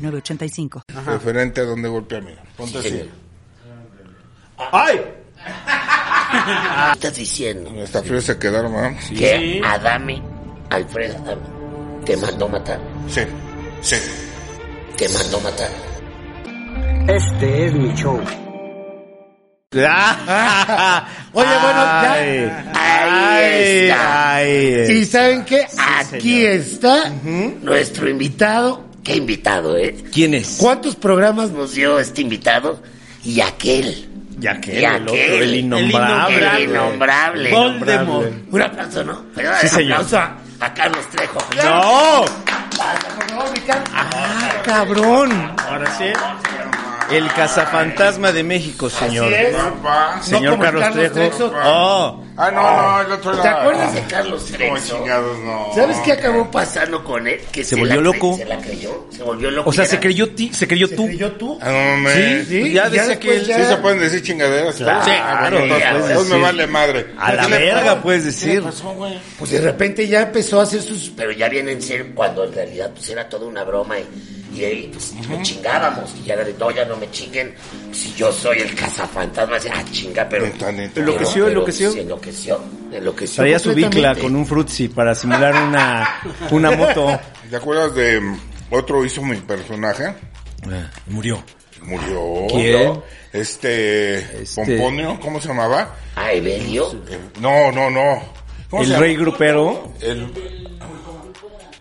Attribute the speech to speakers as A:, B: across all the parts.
A: 985.
B: Referente a donde golpea a mí. Ponte así.
C: ¡Ay!
D: ¿Qué estás diciendo
B: Hasta frío se quedaron, ¿verdad?
D: que Adame, Alfredo Adame, te mandó matar,
B: Sí. Sí.
D: te mandó matar.
E: Este es mi show.
F: Oye, bueno, ya.
C: Ay.
D: Ahí está.
C: Ay.
F: ¿Y saben qué? Aquí
C: señor.
F: está.
D: Nuestro invitado, qué invitado, ¿eh?
C: ¿Quién es?
F: ¿Cuántos programas?
D: Nos dio este invitado y aquel,
C: Ya que
D: y
C: el otro,
D: aquel,
C: el
D: el
C: innombrable.
D: innombrable.
C: Voldemort.
D: Un aplauso, ¿no? Pero
C: Sí,
D: un
C: señor.
D: aplauso a, a Carlos Trejo.
C: ¡No!
F: Ah, cabrón.
C: Ahora sí. El cazafantasma de México, señor.
F: Así es.
B: Papá.
F: No
C: Señor
F: como
C: Carlos,
F: Carlos
C: Trejo.
F: Trejo.
C: Oh,
B: Ah, no, no, el otro lado.
F: ¿Te acuerdas
D: de Carlos Trejo?
B: No, chingados, no.
F: ¿Sabes qué acabó
D: Acabó pasando con él que se,
C: volvió
D: la cre-
C: loco.
D: Se la creyó, se volvió loco.
C: o sea,
D: Era-
C: se creyó ti, se creyó tú.
F: pasando? ¿Yo tú?
B: Ah, no, me...
C: Sí,
B: sí.
C: sí.
F: sí,
C: Ya
F: ya
C: decía que él.
F: después ya-
B: se pueden decir chingaderas. Ah,
D: Claro,
B: bueno,
D: claro,
B: entonces,
D: puedes
B: entonces me
C: decir.
B: vale madre.
C: A la
B: ¿Qué le
C: verga
B: pasó?
C: puedes decir.
F: Pues de repente ya empezó a hacer sus.
D: Pero ya viene en ser cuando en realidad pues era toda una broma y, y, eh, pues me chingábamos. Y ya de no, ya no me chinguen. Si yo soy el cazafantasma, decía, ah, chinga, pero.
B: Neta, neta.
D: pero-
C: Enloqueció,
D: pero
C: enloqueció.
D: se enloqueció. Enloqueció.
C: Traía su bicla
D: completamente.
C: con un frutzi para simular una, una moto.
B: ¿Te acuerdas de mm, otro hizo mi personaje? Eh,
C: Murió.
B: Murió.
C: ¿Quién?
B: Este,
C: Este-
B: Pomponio, ¿cómo se llamaba?
D: Ah, Evelio.
B: Eh, No, no, no. ¿Cómo se
C: El
B: llama?
C: rey grupero.
B: El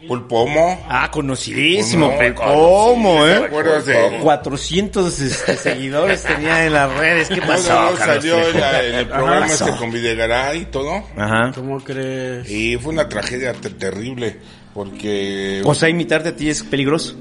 B: Pulpomo.
C: Ah, conocidísimo.
B: No,
C: pero
D: conocido,
C: ¿Cómo,
B: ¿Te
C: eh?
B: acuerdas de
C: 400 este, seguidores tenía en las redes. ¿Qué
B: No,
C: pasó?
B: Ah, no,
C: Carlos
B: salió
C: Trejo?
B: en, la- en el programa
C: Ajá.
B: este con Videgaray y todo.
C: Ajá.
E: ¿Cómo crees?
B: Y fue una tragedia te- terrible. Porque
C: O sea, imitarte a ti es peligroso.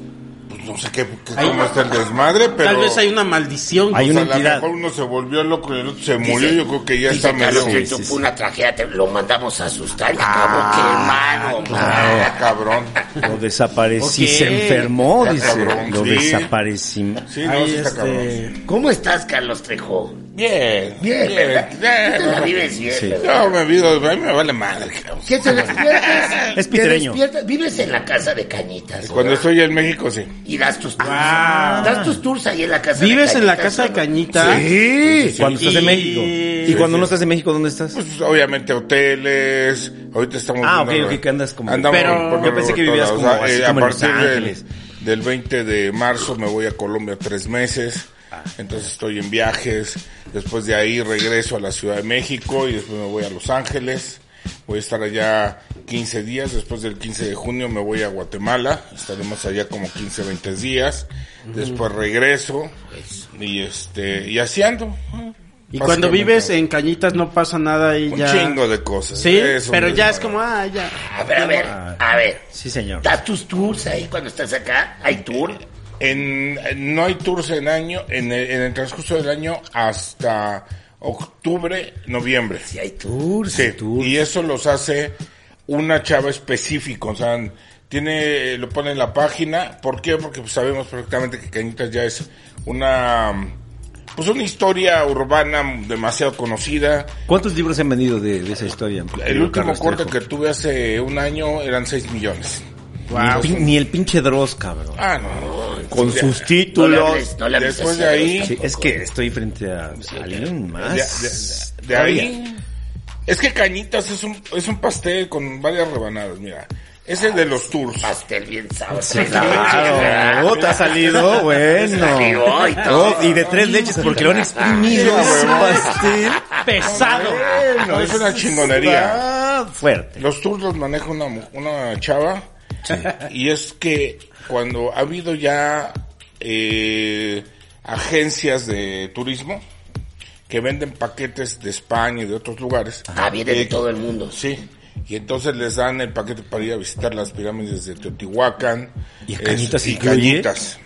B: pues, no sé qué, qué- cómo está el desmadre, pero.
E: Tal vez hay una maldición.
C: Hay
B: pues,
C: una
B: a lo
C: entidad.
B: mejor uno se volvió loco y el otro se murió. Yo creo que ya
D: dice
B: está medio.
D: Carlos que
C: Sí, sí, sí.
D: fue una tragedia, te- lo mandamos a asustar y acabó quemado.
B: Ah, cabrón.
C: Lo desaparecí,
E: Ok.
C: se enfermó,
B: Ya,
C: dice.
B: cabrón,
C: Lo
B: sí.
C: desaparecí.
B: Sí, no,
E: Ay,
B: sí está cabrón.
E: este...
D: ¿Cómo estás, Carlos Trejo?
B: Bien, bien, bien.
D: Te la vives bien, ¿verdad?
B: Yo me vivo, a mí me vale madre, cabrón.
F: ¿Qué te despiertas?
C: Es
F: te
C: pitereño.
F: despiertas, Vives
D: Vives en la casa de cañitas.
B: Cuando
D: ¿verdad?
B: estoy en México, sí.
D: Y das tus tours.
E: Ah.
D: Das tus tours ahí en la casa
E: ¿Vives
D: de
E: en la
D: Cañitas,
E: casa de
D: cabrón?
E: Cañita?
C: Sí, cuando estás en
E: Y-
C: México. Y
E: Sí,
C: cuando
B: sí.
C: no estás en México, ¿dónde estás?
B: Pues obviamente hoteles, ahorita estamos...
C: Ah,
B: viendo-
C: ok, ok, que andas como-
B: Andamos
E: Pero-
B: por
C: yo pensé que
B: todos
C: vivías
B: lados.
C: como así, como en
B: eh, a
C: Los
B: partir
C: Ángeles.
B: del, del 20 de marzo me voy a Colombia tres meses,
C: Ah.
B: entonces estoy en viajes, después de ahí regreso a la Ciudad de México y después me voy a Los Ángeles, voy a estar allá 15 días, después del 15 de junio me voy a Guatemala, estaremos allá como 15, 20 días, después regreso y este, y así ando.
E: Y cuando
B: Básicamente.
E: vives en Cañitas no pasa nada y
B: Un
E: ya...
B: chingo de cosas.
E: Sí,
B: Es un
E: pero ya es
B: desmadre.
E: como, ah, ya.
D: A ver, a ver, a ver.
C: Sí, señor.
D: Das tus tours ahí cuando estás acá. ¿Hay tour?
B: En, en- no hay tours en año, en el, en el transcurso del año hasta octubre, noviembre.
D: Sí, hay tours.
B: Sí, y eso los hace una chava específica, o sea, tiene, lo pone en la página, ¿por qué? Porque pues, sabemos perfectamente que Cañitas ya es una, pues una historia urbana demasiado conocida.
C: ¿Cuántos libros se han vendido de, de esa historia?
B: El último corte
C: Trejo?
B: que tuve hace un año eran 6 millones.
C: Ni el pin- Ni el pinche Dross, cabrón.
B: Ah, no.
C: Con
B: Ya-
C: sus
D: No le
C: títulos.
D: hables, no le hables
B: Después
D: así
B: de
D: a los
B: ahí-
D: tacos,
C: Sí, es
D: güey.
C: que estoy frente a alguien
D: Ah,
C: más.
B: De, de- de ahí. Es que Cañitas es un, es un pastel con varias rebanadas, mira. Es el de los tours.
D: Pastel bien sabroso.
C: Claro, te ha salido,
D: Salió
C: bueno.
D: y todo.
C: Oh, y de tres leches, porque lo han exprimido ese pastel.
E: Pesado.
B: Bueno, es una chingonería.
C: Está fuerte.
B: Los tours los maneja una, mu- una chava. Y es que cuando ha habido ya eh, agencias de turismo que venden paquetes de España y de otros lugares.
D: Ah, viene de
B: eh,
D: todo el mundo.
B: Sí. Y entonces les dan el paquete para ir a visitar las pirámides de Teotihuacán.
C: Y a Cañitas
B: y
C: incluye.
B: cañitas.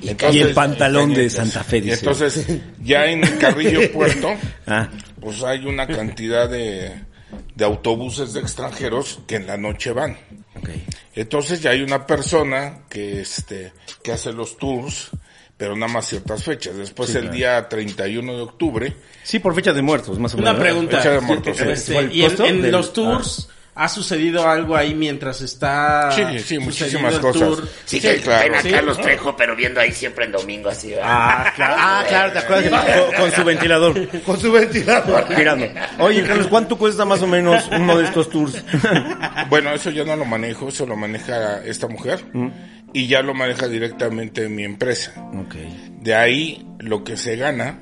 D: Y
B: Entonces-
C: el pantalón de
B: Cañitas.
C: Santa Fe,
B: Y
C: dice.
B: Entonces, ya en Carrillo Puerto,
C: Ah,
B: pues hay una cantidad de, de autobuses de extranjeros que en la noche van.
C: ok.
B: Entonces ya hay una persona que este que hace los tours, pero nada más ciertas fechas. Después el día 31 de octubre,
G: Sí, por fecha de muertos, más o menos.
E: Una pregunta.
B: Fecha de muertos, sí.
E: Este,
G: ¿Cuál
E: y en-
G: costo?
E: en,
G: Del- ah.
E: los tours ha sucedido algo ahí mientras está.
B: Sí, sí, muchísimas
E: sucediendo el
B: cosas.
E: tour?
B: Sí,
D: Sí, que
B: claro.
D: ven a
B: Sí.
D: Carlos Trejo, pero viendo ahí siempre en domingo así. ¿verdad?
G: Ah, claro, ah, claro, te acuerdas de- con, con su ventilador
F: Con su ventilador.
G: girando. Oye, Carlos, ¿cuánto cuesta más o menos uno de estos tours?
B: bueno, eso yo no lo manejo, eso lo maneja esta mujer
C: Mm.
B: y ya lo maneja directamente mi empresa.
C: Ok.
B: De ahí lo que se gana,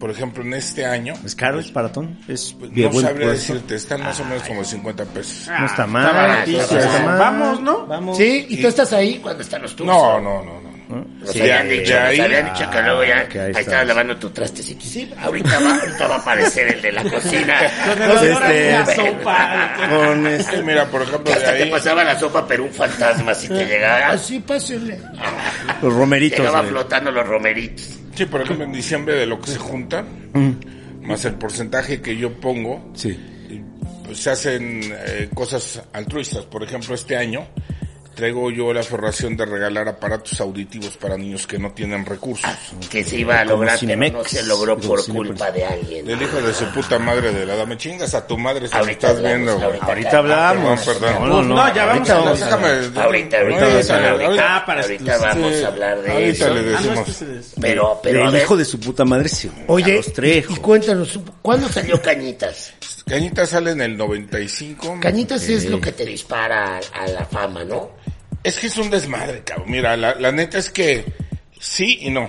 B: por ejemplo, en este año,
C: ¿Es caro el paratón? Es
B: pues,
C: Mm. de
B: no
C: buen Ah,
B: sabré
C: puerto.
B: decirte, están más o menos como 50 pesos.
C: No está mal.
E: Está baratísimo.
C: no está mal.
E: Vamos, ¿no?
C: Vamos.
F: Sí, y tú estás ahí.
D: ¿Cuándo están los tours?
B: No, no, no, no.
C: ¿Eh?
D: Nos
B: Sí,
D: habían
B: de-
D: dicho,
B: de
D: nos
B: ahí-
D: habían dicho que luego ya,
C: Ah, que ahí
D: ahí
C: está.
D: estabas lavando tu traste. Sí, sí, ahorita va, ahorita va a aparecer el de la cocina.
B: Pues
E: Pero
C: Este-
E: ahora es la sopa.
C: Con este-
B: Sí, mira, por ejemplo, de
D: Hasta te
B: ahí,
D: pasaba la sopa, pero un fantasma si te llegaba.
F: Así, pásenle.
C: los romeritos.
D: Llegaba
C: eh.
D: flotando los romeritos.
B: sí, por ejemplo, en diciembre de lo que se junta,
C: Mm.
B: más el porcentaje que yo pongo,
C: Sí.
B: pues, se hacen eh, cosas altruistas. Por ejemplo, este año traigo yo la aferración de regalar aparatos auditivos para niños que no tienen recursos.
D: Que se iba a
C: Como
D: lograr, pero
C: Cinemex.
D: no se logró
C: Como
D: por
C: Cinemex.
D: culpa de alguien.
B: El hijo de su puta madre de la dame chingas a tu madre si lo
D: Ahorita
B: pues, estás
D: hablamos,
B: viendo. güey.
C: Ahorita hablamos.
B: Perdón, perdón.
C: No, no, no.
E: No, ya vamos
C: ahorita
E: a-
C: vamos.
B: Déjame-
D: Ahorita, ahorita,
B: Ahorita,
D: ahorita, ahorita,
E: Ah, para
D: ahorita vamos a hablar de
B: ahorita
D: eso.
B: le
E: Ah, no, es
B: decimos.
E: que se des-
D: Pero, pero, a
C: el
D: ver,
C: hijo de su puta madre sí.
F: Oye,
C: Carlos Trejo.
F: y cuéntanos, ¿cuándo salió?
D: salió Cañitas.
B: Cañita sale en el 95.
D: Cañitas es lo que te dispara a, a la fama, ¿no?
B: Es que es un desmadre, cabrón. Mira, la, la neta es que sí y no.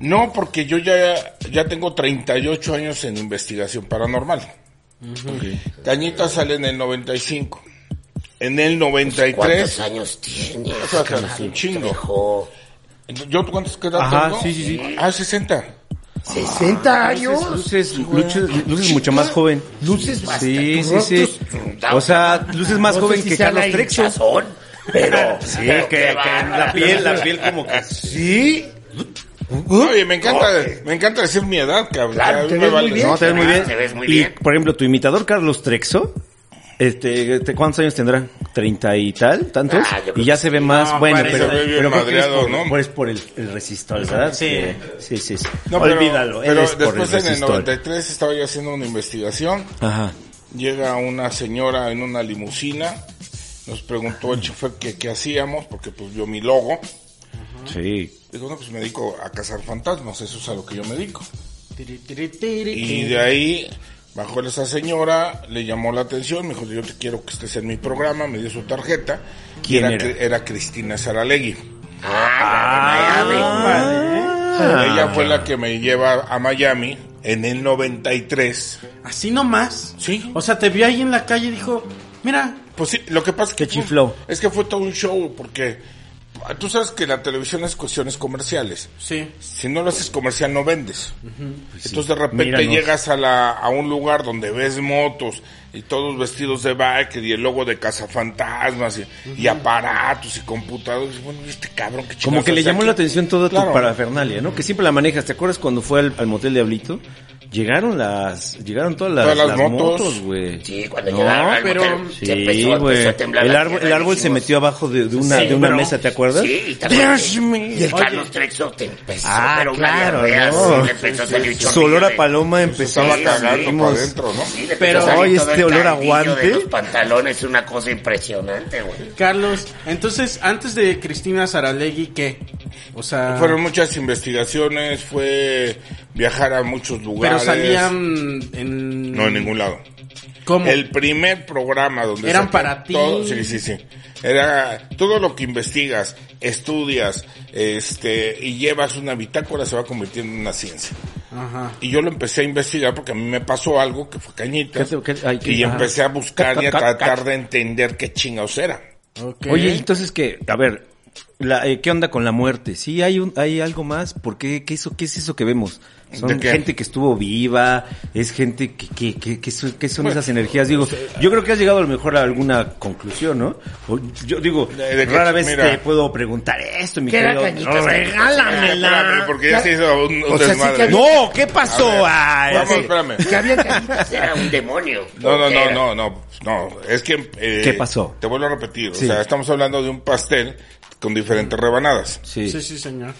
B: No, porque yo ya, ya tengo 38 años en investigación paranormal. Cañita sale en el 95. En el
D: ¿Cuántos
B: 93.
D: años tienes?
B: sea, que
D: Carlos
B: un chingo.
D: Trejo?
B: ¿Yo cuántos qué edad
C: Ajá,
B: tengo?
C: sí, sí, sí.
B: Ah, 60.
F: 60
C: Ah,
F: años.
C: Luces, luces, luces mucho más joven.
F: Luces basta,
C: Sí,
F: tus
C: sí, sí.
D: rostros-
C: O sea, luces más
F: No sé
C: joven
F: si
C: que
F: sea
C: Carlos
F: la
C: Trejo.
D: Chazón, Pero,
C: Sí, que,
D: pero qué
C: que
D: bárbaro.
C: la piel, la piel como que...
F: Sí.
B: Oye, me encanta, me encanta decir mi edad, cabrón.
D: Claro,
B: A mí
F: te
B: me
F: ves muy
B: vale.
F: bien.
C: No, te ves muy bien.
D: Te ves muy
C: y,
D: bien.
C: por ejemplo, tu imitador Carlos Trexo, este, este, ¿cuántos años tendrá? ¿Treinta y tal? ¿Tantos?
D: Ah, yo creo
C: y ya se ve más,
E: No,
C: bueno,
E: parece-
C: pero,
B: se ve bien
C: pero creo que es
B: madreado,
C: por,
B: ¿no?
C: por- es por el, el resistor, ¿verdad?
E: Sí.
C: Que- Sí, sí, sí.
B: No, pero-
C: Olvídalo, él
B: pero
C: es por el
B: después en el
C: resistor.
B: 93 estaba yo haciendo una investigación.
C: Ajá.
B: Llega una señora en una limusina, nos preguntó el chofer que qué hacíamos, porque pues vio mi logo.
C: Sí.
B: Dijo, no, pues me dedico a cazar fantasmas, eso es a lo que yo me dedico.
E: Tiri, tiri, tiri,
B: Y
E: tiri.
B: de ahí bajó esa señora, le llamó la atención, me dijo, yo te quiero que estés en mi programa, me dio su tarjeta. y
C: ¿Quién
B: era,
C: era?
B: Cri- Cristina Saralegui.
D: Ah, la de Miami.
C: Ah,
B: Ella fue la que me lleva a Miami en el 93.
E: Así nomás.
B: Sí.
E: O sea, te vio ahí en la calle y dijo, mira,
B: Pues sí, lo que pasa es que
C: Que chifló.
B: Es que fue todo un show, porque tú sabes que la televisión es cuestiones comerciales.
E: sí.
B: Si no lo haces comercial, no vendes.
C: Pues
B: Entonces de repente
C: Míranos.
B: llegas a, la, a un lugar donde ves motos y todos vestidos de biker y el logo de cazafantasmas y, y aparatos y computadores. Y Bueno, este cabrón que
C: Como que le llamó la atención toda
B: Claro.
C: tu parafernalia, ¿no? Que siempre la manejas. ¿Te acuerdas cuando fue al, al motel Diablito? Llegaron las, llegaron todas las,
B: Todas las motos.
C: motos, güey.
D: Sí, cuando llegaron al
E: pero-
D: motel, se
C: Sí,
D: empezó, empezó
C: güey.
D: a temblar
C: El
D: la
C: árbol,
D: tierra
C: el
D: y
C: árbol se
D: dijimos,
C: metió abajo de, de una,
E: Sí,
C: de una
E: pero-
C: mesa, ¿te acuerdas?
D: Sí, y, también- y el Carlos Trexo te empezó,
C: Ah,
D: pero una
C: claro,
D: diarrea,
C: no.
D: sí, le empezó a salir
C: Su olor a
D: chorrillo de-
C: paloma empezó
B: Estaba
D: Sí,
B: cagando para
C: dijimos,
B: adentro, ¿no?
D: Sí, le empezó
E: Pero
D: a salir
C: hoy
D: todo
C: este
D: el
C: olor a
D: caldillo
C: guante.
D: De los pantalones, una cosa impresionante, güey.
E: Carlos, entonces, antes de Cristina Saralegui, ¿qué? O sea,
C: Ah.
B: Fueron muchas investigaciones, fue viajar a muchos
E: pero
B: lugares.
E: salían en...
B: No, en ningún lado.
E: ¿Cómo?
B: El primer programa donde...
E: Eran
B: saqué
E: para ti.
B: todo- sí, sí, sí. Era todo lo que investigas, estudias, este, y llevas una bitácora se va convirtiendo en una ciencia.
E: Ajá.
B: Y yo lo empecé a investigar porque a mí me pasó algo que fue cañitas.
C: ¿Qué te- qué- ay, qué-
B: y
C: ajá.
B: empecé a buscar y a
C: Ca- ca- ca-
B: tratar de entender qué chingados era.
E: ok.
C: Oye, entonces que, a ver, la, eh, ¿qué onda con la muerte? Sí, hay un, hay algo más. ¿Por qué? ¿Qué, eso, qué es eso que vemos? Son
B: ¿De qué?
C: gente que estuvo viva, es gente que, que, que, que son, que son esas energías. Digo, yo creo que has llegado a lo mejor a alguna conclusión, ¿no? O- yo digo,
B: De- de que-
C: rara vez
B: mira.
C: te puedo preguntar esto, mi
F: ¿Qué era
C: querido.
F: cañitas?
C: No,
F: Regálamela.
B: Espérame, porque ya se hizo un, un
F: O sea, sí
B: desmadre.
F: que-
C: No, ¿qué pasó? Ay,
B: Vamos,
C: así.
B: espérame.
F: Que había cañitas.
D: Era un demonio.
B: No, no, no,
D: Era.
B: no, no, no. Es que... eh,
C: ¿Qué pasó?
B: Te vuelvo a repetir.
C: Sí.
B: O sea, estamos hablando de un pastel con diferentes rebanadas.
C: Sí.
E: Sí, sí, señor.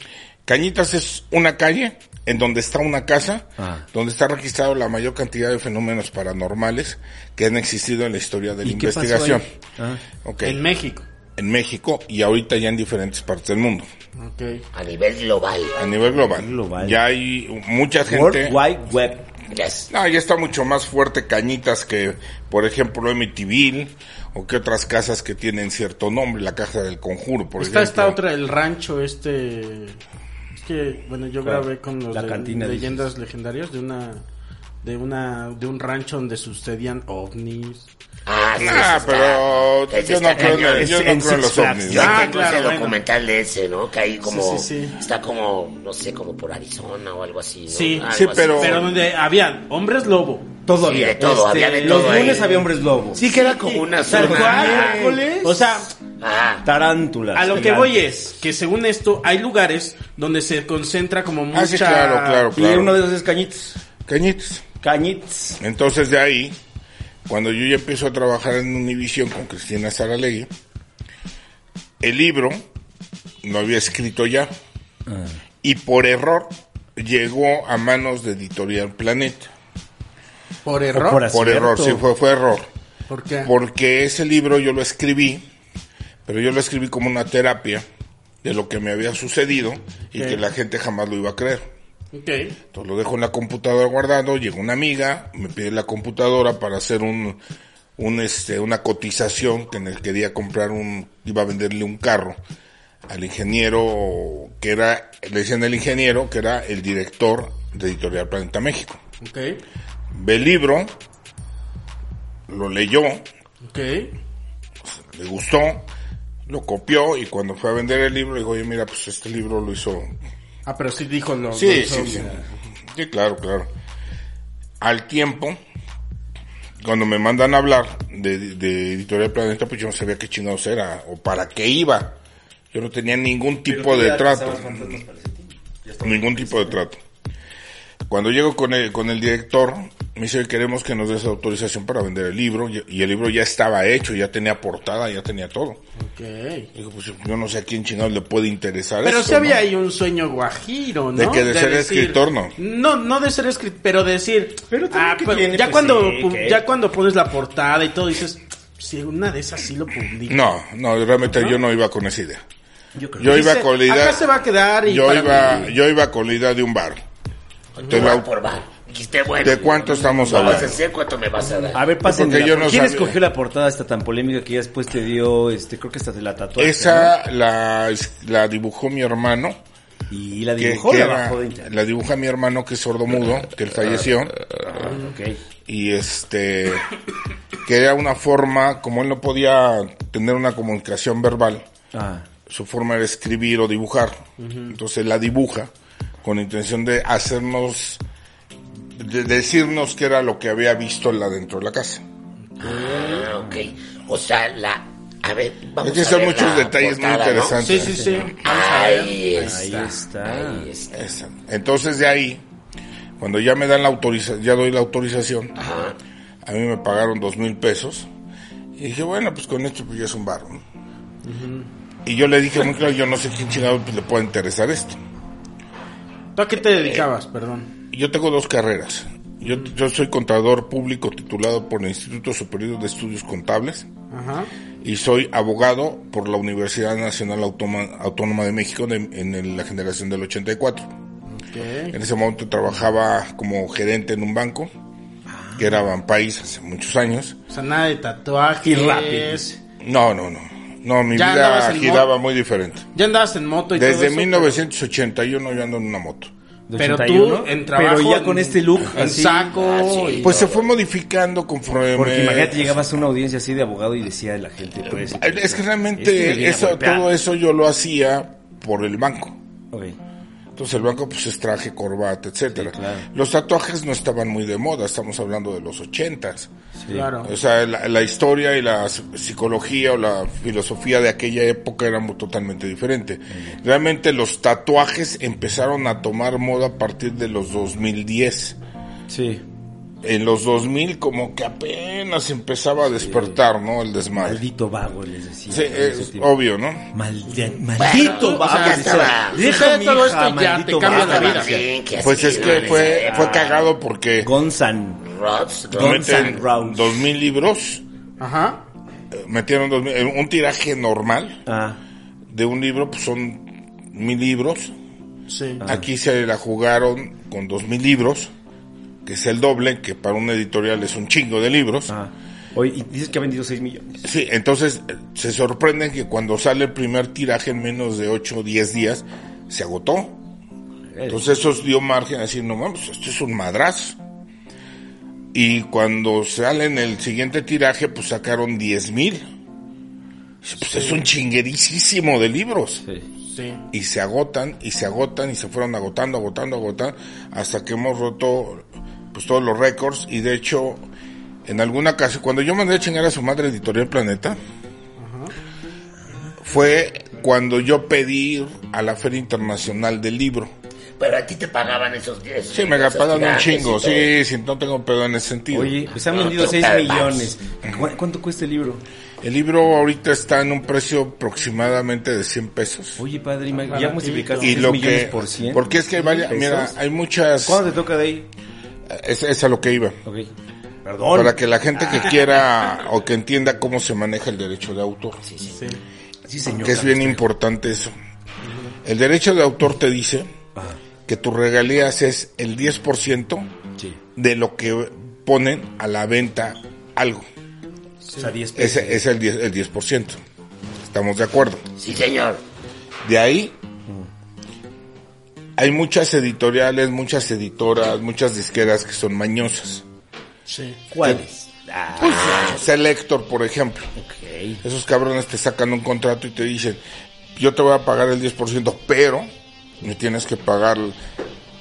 B: Cañitas es una calle en donde está una casa,
C: Ah.
B: donde está registrado la mayor cantidad de fenómenos paranormales que han existido en la historia de la
C: ¿Y qué pasó
B: investigación.
C: ahí? Ah.
B: Ok.
E: En México.
B: en México y ahorita ya en diferentes partes del mundo,
E: Ok.
D: A nivel global.
B: a nivel global.
C: Global.
B: Ya hay mucha gente.
C: World Wide Web.
D: Yes.
B: No, ya está mucho más fuerte Cañitas que, por ejemplo, Amityville o que otras casas que tienen cierto nombre, la Casa del Conjuro, por ejemplo.
E: Está esta otra, el rancho este... Es que, bueno, yo
C: ¿Cuál?
E: grabé con los
C: La
E: de-
C: cantina, dices.
E: leyendas legendarias de una... De una... De un rancho donde sucedían ovnis.
D: Ah, sí,
B: Ah,
D: ese
B: pero
D: está- ese
B: yo no
D: está
B: creo en,
D: cañón.
B: el- yo
C: Es
B: no
C: en
B: creo en los
C: Six Flags.
B: ovnis.
D: Yo
E: Ah,
D: tengo
E: claro,
D: ese
E: bueno.
D: documental de ese, ¿no? Que ahí como...
E: Sí, sí, sí.
D: Está como, no sé, como por Arizona o algo así, ¿no?
E: Sí,
D: Algo
B: sí,
D: así.
B: pero-
E: Pero donde habían hombres lobo. Este,
C: Todo
D: Sí,
C: había.
D: de todo, había de todo
C: Este, Los lunes
D: ahí.
C: había hombres lobo.
F: Sí, que era como
D: Como una
C: Tal
D: zona-
C: cual.
E: O sea,
D: Ah,
C: Tarántulas.
E: a lo que
C: gigantes.
E: voy es que según esto hay lugares donde se concentra como mucha...
B: Ah, sí, claro, claro,
C: Y uno
B: claro.
C: de esos es Cañitos.
B: Cañitas.
C: Cañitos.
B: Entonces de ahí, cuando yo ya empiezo a trabajar en Univision con Cristina Saralegui, el libro lo había escrito ya y por error llegó a manos de Editorial Planeta.
E: Por error.
F: Ah,
C: Por así.
B: Por
C: cierto.
B: error, sí, fue, fue error.
E: ¿Por qué?
B: Porque ese libro yo lo escribí, pero yo lo escribí como una terapia de lo que me había sucedido y
E: Ok.
B: que la gente jamás lo iba a creer.
E: Ok.
B: Entonces lo dejo en la computadora guardado, llega una amiga, me pide la computadora para hacer un, un este, una cotización que en el quería comprar un, iba a venderle un carro al ingeniero que era, le decían el ingeniero que era el director de Editorial Planeta México.
E: Ok,
B: Ve el libro, lo leyó,
E: ok.
B: le gustó, lo copió y cuando fue a vender el libro, le digo, oye, mira, pues este libro lo hizo
E: Ah, pero sí dijo lo.
B: Sí,
E: lo-
B: sí, sí.
E: lo-
B: Sí, claro, claro. Al tiempo, cuando me mandan a hablar de, de Editorial Planeta, pues yo no sabía qué chingados era o para qué iba. Yo no tenía ningún tipo de trato. Ningún tipo de trato. Cuando llego con el, con el director, me dice, queremos que nos des autorización para vender el libro. Y y el libro ya estaba hecho, ya tenía portada, ya tenía todo.
E: Ok.
B: Digo, pues yo no sé a quién chingados le puede interesar
E: Pero
B: esto,
E: sí había
B: ¿no?
E: ahí un sueño guajiro, ¿no?
B: De que de ser escritor, no.
E: No, no de ser escritor, pero decir. ah,
C: Pero también que tiene,
E: ya,
C: pues,
E: cuando,
C: sí,
E: pu-
C: ¿qué?
E: ya cuando pones la portada y todo, dices. Si una de esas sí lo publica.
B: No, no, realmente yo no iba con esa idea. Yo, iba
E: Dice,
B: con la idea.
E: Acá se va a quedar y.
B: yo
E: para
B: iba,
E: mí-
B: yo iba con la idea de un bar. Te
D: tú
B: la-
D: vas por bar. Dijiste, bueno.
B: ¿De cuánto estamos
D: ¿Qué vas a
B: hablando?
D: hacer? ¿Cuánto me vas a dar?
C: A ver, pasen.
B: Porque
C: la-
B: yo no
C: ¿Quién
B: sabía.
C: escogió la portada esta tan polémica que ya después te dio, este, creo que hasta te la tatuaste?
B: Esa la, la dibujó mi hermano.
C: ¿no? Y la
B: Que,
C: dibujó,
B: que
C: la
B: era-
C: bajó de internet.
B: la dibuja mi hermano que es sordomudo, que él falleció.
C: Ah, Ok.
B: Y este, que era una forma, como él no podía tener una comunicación verbal,
C: Ah.
B: su forma de escribir o dibujar. Entonces la dibuja con intención de hacernos, de decirnos qué era lo que había visto la dentro de la casa.
D: Ah, ok. O sea, la... A ver, vamos
B: Es que
D: a
B: son
D: ver
B: muchos
D: la
B: detalles muy
D: portada, ¿no?
B: interesantes.
E: Sí, sí, sí. Vamos a ver.
D: Ahí
C: Ahí
D: está.
C: está.
D: Ahí está.
B: Esa. Entonces de ahí, cuando ya me dan la autorización, ya doy la autorización, a mí me pagaron dos mil pesos. Y dije, bueno, pues con esto pues ya es un bar. ¿no? Y yo le dije muy claro, yo no sé quién chingado pues, le puede interesar esto.
E: ¿Tú a qué te dedicabas? Perdón.
B: Yo tengo dos carreras. Yo, yo soy contador público titulado por el Instituto Superior de Estudios Contables
E: Ajá.
B: y soy abogado por la Universidad Nacional Automa- Autónoma de México de- en el- la generación del 84.
E: Ok.
B: En ese momento trabajaba como gerente en un banco, que era Banpaís hace muchos años.
E: O sea, nada de tatuajes.
C: Y rápido.
B: No, no, no. No, mi
E: Ya
B: vida
E: andabas en
B: giraba muy diferente.
E: Ya andabas en moto y todo
B: Desde
E: eso,
B: 1981 yo ando en una moto.
C: de
E: pero- Pero tú,
C: 81,
E: en
C: pero
E: trabajo,
C: ya con
E: en-
C: este look
E: en
C: así.
E: saco
D: Ah, sí.
B: Pues se fue modificando conforme...
C: Porque imagínate, llegabas a una audiencia así de abogado y decía la gente, pues...
B: Es que
C: este me viene
B: realmente
C: a
B: eso,
C: golpear.
B: todo eso yo lo hacía por el banco.
C: Ok.
B: Entonces el banco pues es traje, corbata, etcétera.
C: Sí, claro.
B: Los tatuajes no estaban muy de moda, estamos hablando de los ochentas.
E: Claro.
B: O sea, la, la historia y la s- psicología o la filosofía de aquella época era mu- totalmente diferente. Realmente los tatuajes empezaron a tomar moda a partir de los 2010.
C: Sí.
B: En los 2000 como que apenas empezaba a despertar, ¿no? El desmadre.
C: Maldito vago les decía.
B: Sí,
C: en ese
B: es
C: tiempo.
B: obvio, ¿no?
C: Maldi- maldito
D: Bueno, o sea,
C: vago.
D: ya
C: decía,
D: estaba.
C: Deja a mi
E: Todo
C: hija,
E: esto ya te
C: maldito
E: cambia
C: vago.
E: la vida.
D: Bien, que
B: Pues
D: así
B: es que
D: iban
B: fue,
D: esa
B: fue
D: época.
B: cagado porque
C: Gonzan.
D: Rods,
C: Gon-
B: meten
D: Rods.
C: Gonzan Rouse.
B: 2000 libros,
E: Ajá.
B: eh, metieron 2000, eh, un tiraje normal
C: Ah,
B: de un libro, pues son mil libros,
E: Sí.
C: Ah.
B: Aquí se la jugaron con dos mil libros, que es el doble, que para una editorial es un chingo de libros.
C: ah. Oye, y dices que ha vendido 6 millones.
B: Sí, entonces eh, se sorprenden que cuando sale el primer tiraje en menos de 8 o 10 días, se agotó. Entonces eso dio margen a decir, no mames, esto es un madrazo. Y cuando salen el siguiente tiraje, pues sacaron 10 mil. Pues es un chinguerísimo de libros.
E: Sí.
B: y se agotan y se agotan y se fueron agotando, agotando, agotando, hasta que hemos roto pues todos los récords y de hecho en alguna casa cuando yo mandé a chingar a su madre Editorial Planeta fue cuando yo pedí a la Feria Internacional del Libro.
D: Pero a ti te pagaban esos 10.
B: Sí, me pagaron un chingo, sí, sí, no tengo pedo en ese sentido.
C: Oye, pues han
D: No,
C: vendido
D: pero
C: 6
D: está de
C: millones. ¿Cu- ¿Cuánto cuesta el libro?
B: El libro ahorita está en un precio aproximadamente de 100 pesos.
C: Oye, padre, ima- ya multiplicaste
B: Y
C: 6
B: lo
C: millones
B: que
C: por 100.
B: porque es que hay varias,
C: ¿Pesos?
B: mira, hay muchas
C: ¿Cuándo te toca de ahí?
B: es, es a lo que iba.
C: Ok. Perdón.
B: Para que la gente que quiera o que entienda cómo se maneja el derecho de autor,
E: Sí.
C: Sí, señor.
B: que es bien importante eso. El derecho de autor te dice
C: Ajá.
B: que tus regalías es el 10%
C: Sí.
B: de lo que ponen a la venta algo.
C: O sea, 10 pesos.
B: Ese es el 10%. El 10%. Estamos de acuerdo.
D: Sí, señor.
B: De ahí hay muchas editoriales, muchas editoras, muchas disqueras que son mañosas.
E: Sí.
C: ¿Cuál es?
B: Selector, por ejemplo.
C: Ok.
B: Esos cabrones te sacan un contrato y te dicen, yo te voy a pagar el 10%, pero me tienes que pagar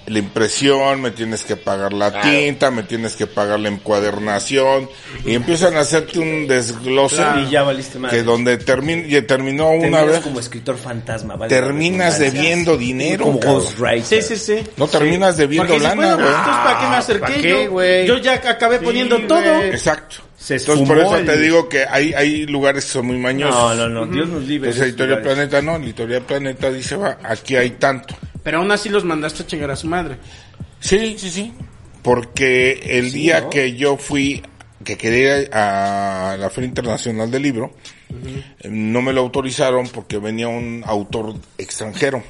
B: la impresión, me tienes que pagar la
D: Claro.
B: tinta, me tienes que pagar la encuadernación, y empiezan a hacerte un desglose
C: Y ya valiste más.
B: que donde termin- y terminó una
C: Terminas
B: vez,
C: como escritor fantasma. vale la
B: terminas
C: redundancia.
B: debiendo dinero.
C: Como
B: cabrón.
C: ghostwriter.
E: Sí, sí, sí.
B: No terminas debiendo
E: Porque dices,
B: lana,
E: bueno, pues,
B: güey.
E: entonces, ¿para qué me acerqué?
C: ¿para qué,
E: Yo-
C: güey?
E: yo, ya acabé poniendo todo.
C: güey.
B: Exacto.
C: Se
B: Entonces por
C: esfumó
B: eso
C: el-
B: te digo que hay, hay lugares que son muy mañosos.
C: No, no, no. Dios nos libre.
B: Entonces
C: de esos
B: Editorial
C: lugares.
B: Planeta no, Editorial Planeta dice, va, aquí hay tanto.
E: Pero aún así los mandaste a chingar a su madre.
B: Sí, sí, sí. Porque el día que yo fui, que quería ir a la Feria Internacional del Libro, eh, no me lo autorizaron porque venía un autor extranjero.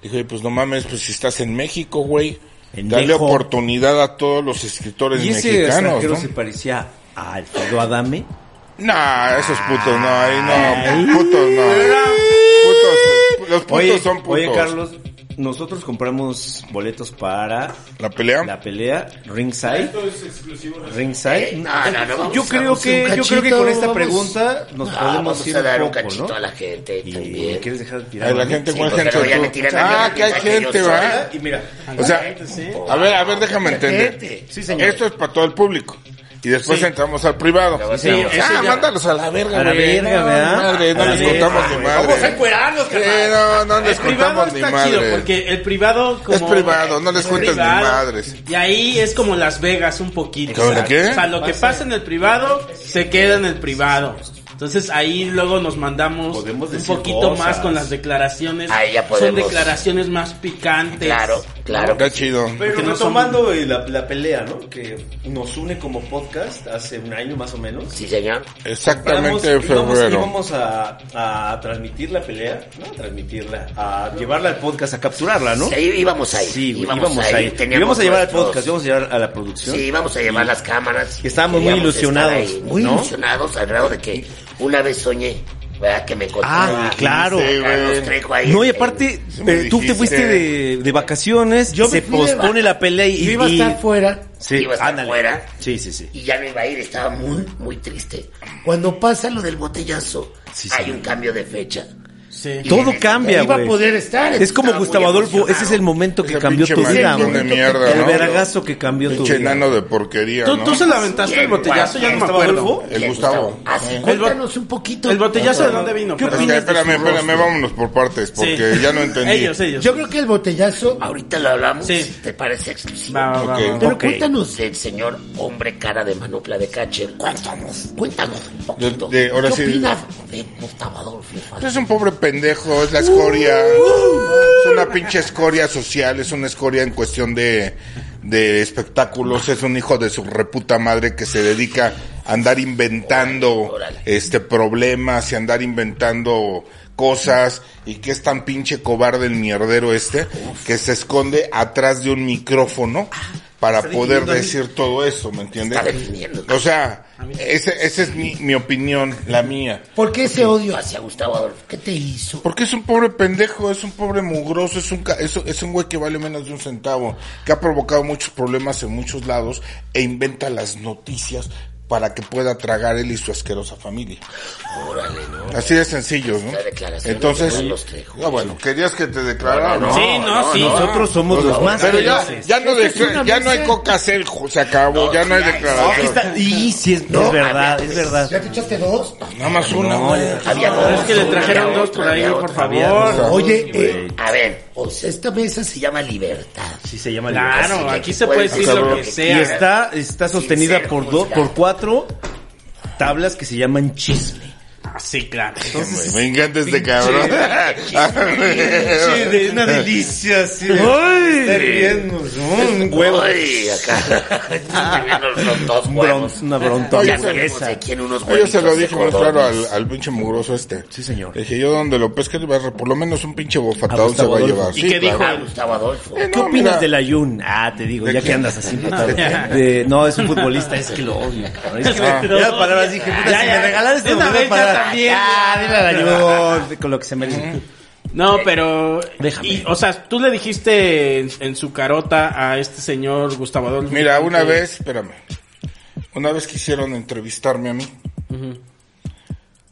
B: Dije, "Oye, pues no mames, pues si estás en México, güey,
C: En
B: dale
C: México.
B: oportunidad a todos los escritores
C: Y ese
B: pues, mexicanos,
C: extranjero
B: ¿no?
C: se parecía a Alfredo Adame.
B: Nah, esos putos no, ahí no, putos no. Putos, los putos
C: Oye,
B: son putos.
C: oye, Carlos, nosotros compramos boletos para
B: La pelea.
C: la pelea Ringside. Ringside.
D: Eh, no, no, no, vamos
C: yo
D: a-
C: creo
D: vamos a
C: que
D: un
C: yo creo que
D: cachito,
C: con esta
D: vamos.
C: pregunta nos
D: No,
C: podemos
D: Ah, vamos
C: ir
D: a dar un,
C: poco,
D: cachito
C: ¿no?
D: a la gente
C: Y
D: también.
C: quieres dejar de tirar
B: Ay, la
C: ¿no? Ah,
B: gente,
D: Sí,
B: ¿cuál
D: pues, pero ya me
B: gente? tú?
D: tiran a
B: Ah,
D: mí,
B: que hay
D: que yo
B: gente,
D: soy.
B: ¿va?
C: Y mira,
B: O sea,
E: Sí.
B: a ver, a ver, déjame entender.
D: Espérate. Sí,
C: señor.
B: Esto es para todo el público. Y después entramos al privado.
D: Sí,
B: ah, mándalos a la verga,
C: A la
B: güey.
C: verga,
B: No,
C: ¿verdad?
B: madre, no
C: A la
B: les
C: verga,
B: contamos ni
C: güey.
B: madre.
D: Vamos a encuerarnos,
B: Sí,
D: carnal.
B: no, no les
E: El privado
B: contamos ni
E: está chido
B: madre.
E: porque el privado como
B: Es privado, no les
E: Es
B: cuentes ni
E: privado,
B: madres.
E: Y ahí es como Las Vegas un poquito.
B: ¿Cómo de qué?
E: O sea, lo que pasa en el privado se queda en el privado. Entonces ahí luego nos mandamos
C: Podemos
E: un
C: decir
E: poquito
C: cosas.
E: más con las declaraciones.
D: Ahí ya
E: Son
D: podemos.
E: declaraciones más picantes.
D: Claro, claro.
B: Está chido.
C: Pero
E: Porque no
C: retomando eh, la, la pelea, ¿no? Que nos une como podcast hace un año más o menos.
D: Sí, señor.
B: Exactamente en
C: Compramos- íbamos-
B: febrero.
C: Íbamos a, a transmitir la pelea, ¿no? A transmitirla, a llevarla al podcast, a capturarla, ¿Ah, ¿no?
D: Sí, íbamos ahí.
C: Sí, güey,
D: íbamos,
C: íbamos
D: ahí.
C: ahí.
D: teníamos
C: Íbamos a llevar al
D: nuestros-
C: podcast, íbamos a llevar a la producción.
D: Sí, íbamos a llevar las cámaras.
C: Estábamos muy
D: Queríamos
C: ilusionados,
D: estar ahí,
C: muy
D: ¿no?
C: ilusionados.
D: ilusionados al grado de que una vez soñé ¿verdad? Que me encontré.
C: Ah, claro.
D: Sí, güey. Los traigo ahí.
C: No, y aparte,
D: Sí, me
C: eh, tú te
D: dijiste.
C: fuiste de, de vacaciones,
D: Yo me
C: se
D: fui de
C: pospone
D: vaca-
C: la pelea y...
D: Yo iba a
C: y-
D: estar fuera.
C: Sí,
D: Iba a estar
C: ándale.
D: fuera.
C: Sí, sí, sí.
D: Y ya no iba a ir, estaba muy, muy triste. Cuando pasa lo del botellazo,
C: Sí,
D: hay
C: sí.
D: un cambio de fecha.
E: Sí.
D: Y
C: Todo
D: en el-
C: cambia,
D: Iba
C: güey.
D: a poder estar.
C: Es como
D: estaba muy
C: Gustavo Adolfo,
D: emocionado.
C: ese es el momento que
B: Ese
C: cambió
B: pinche
C: tu vida,
B: maldito
C: güey.
B: de mierda,
C: El
B: ¿no?
C: veragazo que cambió tu
B: Pinche
C: vida.
B: enano de porquería,
E: ¿Tú,
B: ¿no?
E: tú se la aventaste el botellazo? Ya no me acuerdo.
B: El Gustavo.
D: Así,
E: El bo-
D: cuéntanos un poquito.
E: ¿El botellazo de dónde vino? ¿Qué Pero-
B: Espérame, espérame, espérame, vámonos por partes, porque
E: Sí.
B: ya no entendí.
E: Ellos, ellos.
D: Yo creo que el botellazo, ahorita lo hablamos,
E: Sí.
D: te parece exclusivo.
E: Va, va, va,
B: Ok.
E: va.
D: Pero cuéntanos del señor hombre cara de manopla de Catcher. Cuéntanos, cuéntanos un poquito.
B: De- de- ahora
D: ¿Qué
B: sí.
D: opinas de Gustavo Adolfo? Infante?
B: Pues Es un pobre pendejo, es la escoria. Es una pinche escoria social, es una escoria en cuestión de, de espectáculos. Es un hijo de su reputa madre que se dedica a andar inventando
D: Órale, órale.
B: este problemas y andar inventando cosas. Y que es tan pinche cobarde el mierdero este que se esconde atrás de un micrófono
D: Ah,
B: para poder decir todo eso, ¿me entiendes?
D: Está definiendo.
B: O sea, ese- esa es mi, mi opinión, la mía.
D: ¿Por qué ese odio hacia Gustavo Adolfo? ¿Qué te hizo?
B: Porque es un pobre pendejo, es un pobre mugroso, es un, ca- es, es un güey que vale menos de un centavo, que ha provocado muchos problemas en muchos lados e inventa las noticias para que pueda tragar él y su asquerosa familia.
D: Órale, ¿no?
B: Así de sencillo, ¿no?
D: Esa declaración de
B: Entonces,
D: Carlos Trejo.
B: ah, bueno, querías que te declarara, ¿no?
E: Sí, no, sí.
C: Nosotros somos los más
B: Pero ya,
C: feroces.
B: ya no,
D: Esta es
B: decla-
D: una
B: ya no hay
D: mesa.
B: coca Cel, jo- se acabó,
D: No,
B: ya no hay
D: sí hay,
C: Aquí
B: declaración.
C: está. Y sí, es, es verdad, es verdad.
D: te echaste dos?
B: Nada más una,
C: No,
B: güey.
D: Había dos.
E: Ah, Es que le trajeron
D: había
E: dos
D: otro,
E: por ahí,
D: había
E: por
D: otro.
E: favor.
D: Oye,
C: Sí,
D: eh,
C: güey.
D: a ver, o sea, esta mesa se llama libertad.
C: Sí se llama libertad.
E: Claro,
D: Así
E: aquí
D: que
E: se puede
D: puedes
E: decir
D: hacer
E: lo
D: lo
E: que
D: que
C: Y
E: sea.
D: quieras. pues,
C: está, está sostenida
D: Sin ser
C: por do-
D: juzgada.
C: por cuatro tablas que se llaman chisme.
E: Ah, Sí, claro.
B: Güey, Me encanta este cabrón.
C: una delicia, sí. Está riendo, un huevo.
D: Ay, acá. Están viendo los dos
C: Un
D: huevos.
C: bron- una bronca.
D: Ya
B: Oye,
D: sabemos
C: esa.
D: de quién unos
B: Ah, Yo se lo
D: huevitos de
B: dije muy
D: codorniz.
B: claro al, al pinche mugroso este.
C: Sí, señor.
B: Le dije, yo donde lo pesque, le va a- por lo menos un pinche
C: A
B: bofatadón se
C: Gustavo
B: va a
C: Adolfo.
B: llevar.
E: ¿Y
B: Sí,
E: qué dijo?
D: Ah, Gustavo Adolfo.
B: Eh,
C: ¿Qué
B: no, mira,
C: opinas del Ayun? Ah, te digo,
B: ¿De
C: ya que
B: quién?
C: andas así putado. De- no, es un futbolista, es que lo odio. cabrón. Es que
B: Ah.
C: me- ya palabras dije, puta,
E: Ya,
C: si
E: ya.
C: me regalas este
E: De una
C: momento
E: vez ya
C: para-
E: también.
C: Ya, dile al Ayun, con lo que se merece.
E: No, pero...
C: Déjame.
E: y, o sea, tú le dijiste en, en su carota a este señor Gustavo Adolfo.
B: Mira, una
E: que-
B: vez, espérame. Una vez quisieron entrevistarme a mí.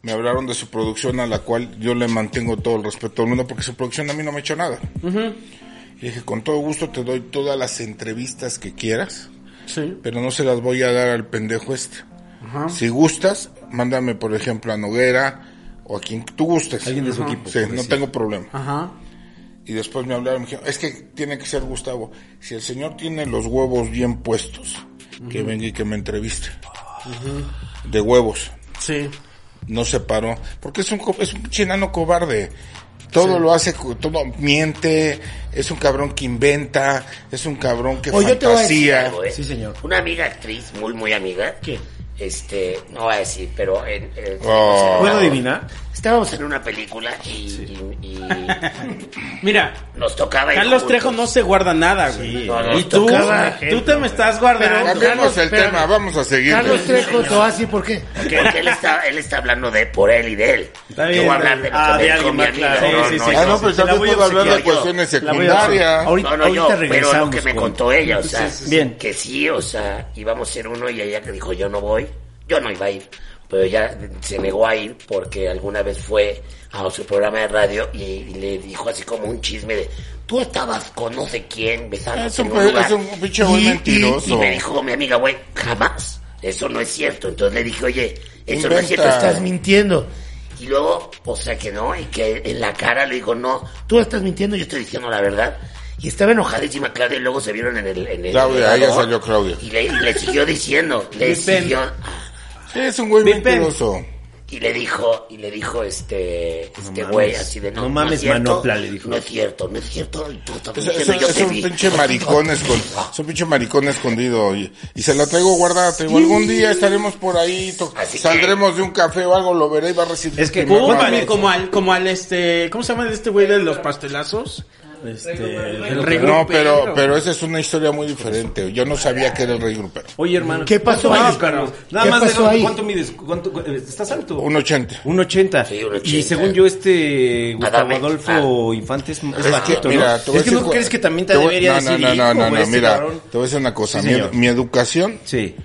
B: Me hablaron de su producción a la cual yo le mantengo todo el respeto al mundo porque su producción a mí no me ha hecho nada. Y dije, con todo gusto te doy todas las entrevistas que quieras,
E: Sí.
B: pero no se las voy a dar al pendejo este.
E: Ajá.
B: Si gustas, mándame, por ejemplo, a Noguera o a quien tú gustes.
C: Alguien de su equipo,
B: Sí,
C: por
B: no
C: decir.
B: tengo problema.
E: Ajá.
B: Y después me hablaron y me dijeron, es que tiene que ser Gustavo. Si el señor tiene los huevos bien puestos, que venga y que me entreviste. De huevos.
E: Sí.
B: No se paró. Porque es un, co- es un pinche enano cobarde. Todo lo hace, co- todo miente, es un cabrón que inventa, es un cabrón que
D: Oye, yo te voy a decir
B: fantasía.
D: algo, ¿eh?
C: Sí, señor.
D: Una amiga actriz, muy, muy amiga.
E: ¿Qué?
D: Este, no voy a decir, pero... En, en-
B: Oh.
C: ¿Puedo adivinar?
D: Estábamos en una película y, y- y
E: Mira,
D: nos tocaba ir
E: Carlos
D: juntos.
E: Trejo no se guarda nada, güey.
D: No, no,
E: y tú,
D: tocaba
E: tú
D: ejemplo.
E: te me estás guardando.
B: Cambiamos el tema, vamos a seguir.
H: Carlos Trejo, te va a decir por qué.
D: Porque él está, él está hablando de por él y de él.
E: Está
D: Yo
E: bien,
D: voy a hablar de lo
C: ah,
D: que
C: de
D: me dijo
C: alguien
D: mi
C: más,
D: amiga.
C: claro.
D: no,
E: Sí, sí,
D: no,
E: sí.
D: yo.
B: Ah, no, pero
C: Se la
B: también
C: voy a
B: puedo hablar de
D: obsequiar yo.
B: cuestiones
C: La voy a obsequiar.
B: secundarias.
C: Ahorita-
D: No, no, yo, pero lo
C: regresamos
D: que me
C: con-
D: contó ella, o sea,
C: sí, sí. Bien.
D: que sí, o sea, íbamos a ser uno y ella que dijo, yo no voy, yo no iba a ir, pero ella se negó a ir porque alguna vez fue a su programa de radio y, y le dijo así como un chisme de, tú estabas con no sé quién besando.
B: Es un pe- es un pinche güey mentiroso.
D: Y me dijo mi amiga, güey, jamás, eso no es cierto. Entonces le dije, oye, eso no
B: Inventa.
D: es cierto, estás
C: Ah.
H: Estás mintiendo.
D: y luego, o sea que no, y que en la cara le digo, no, tú estás mintiendo, yo estoy diciendo la verdad. Y estaba enojadísima Claudia y luego se vieron en el... En el
B: Claudia, ahí ya
D: elevador,
B: salió Claudia.
D: Y le, y le siguió diciendo, le
E: Vipen.
D: siguió...
B: Sí, es un güey
E: Vipen.
B: mentiroso.
D: Y le dijo, y le dijo este, este
C: mames.
D: güey así de no.
C: No mames,
D: es cierto,
C: Manopla, le dijo.
D: No es cierto, no es cierto. y tú estás
B: Es, Pues, es-
D: mintiendo, yo
B: es
D: te
B: un
D: vi.
B: pinche maricón escondido. Es un pinche maricón escondido. Y, y se la traigo guardada. Te digo, algún día estaremos por ahí. to-
D: Así que-
B: saldremos de un café o algo, lo veré y va a recibir.
C: Es que-
B: primero
E: Púmpame,
B: abrazo.
E: como al, como al este, ¿cómo se llama este güey de los pastelazos? Este,
B: no,
E: del rey
B: pero, pero,
E: grupero.
B: esa es una historia muy diferente. Yo no sabía que era el rey grupero.
C: Oye, hermano.
H: ¿Qué pasó
C: ¿Cuánto
H: ahí?
C: mides, Carlos? Nada
H: ¿Qué
C: más,
H: pasó
C: déjame-
H: ahí?
C: ¿cuánto mides? ¿Cuánto, cu- eh, ¿Estás alto?
B: Un 80.
C: Un 80.
D: Sí, un 80.
C: Y según yo, este Gustavo
D: Adame.
C: Adolfo Infante es, es
B: Es que,
C: bajito,
B: mira,
C: ¿no?
B: te voy a
C: Es que
B: decir
C: no
B: cu-
C: crees que también te
B: voy-
C: debería
B: no,
C: decir
B: No, no,
C: hijo,
B: no, no,
C: güey, este
B: mira,
C: cabrón?
B: te voy a decir una cosa.
C: Sí,
B: mi,
C: señor.
B: mi educación
C: Sí.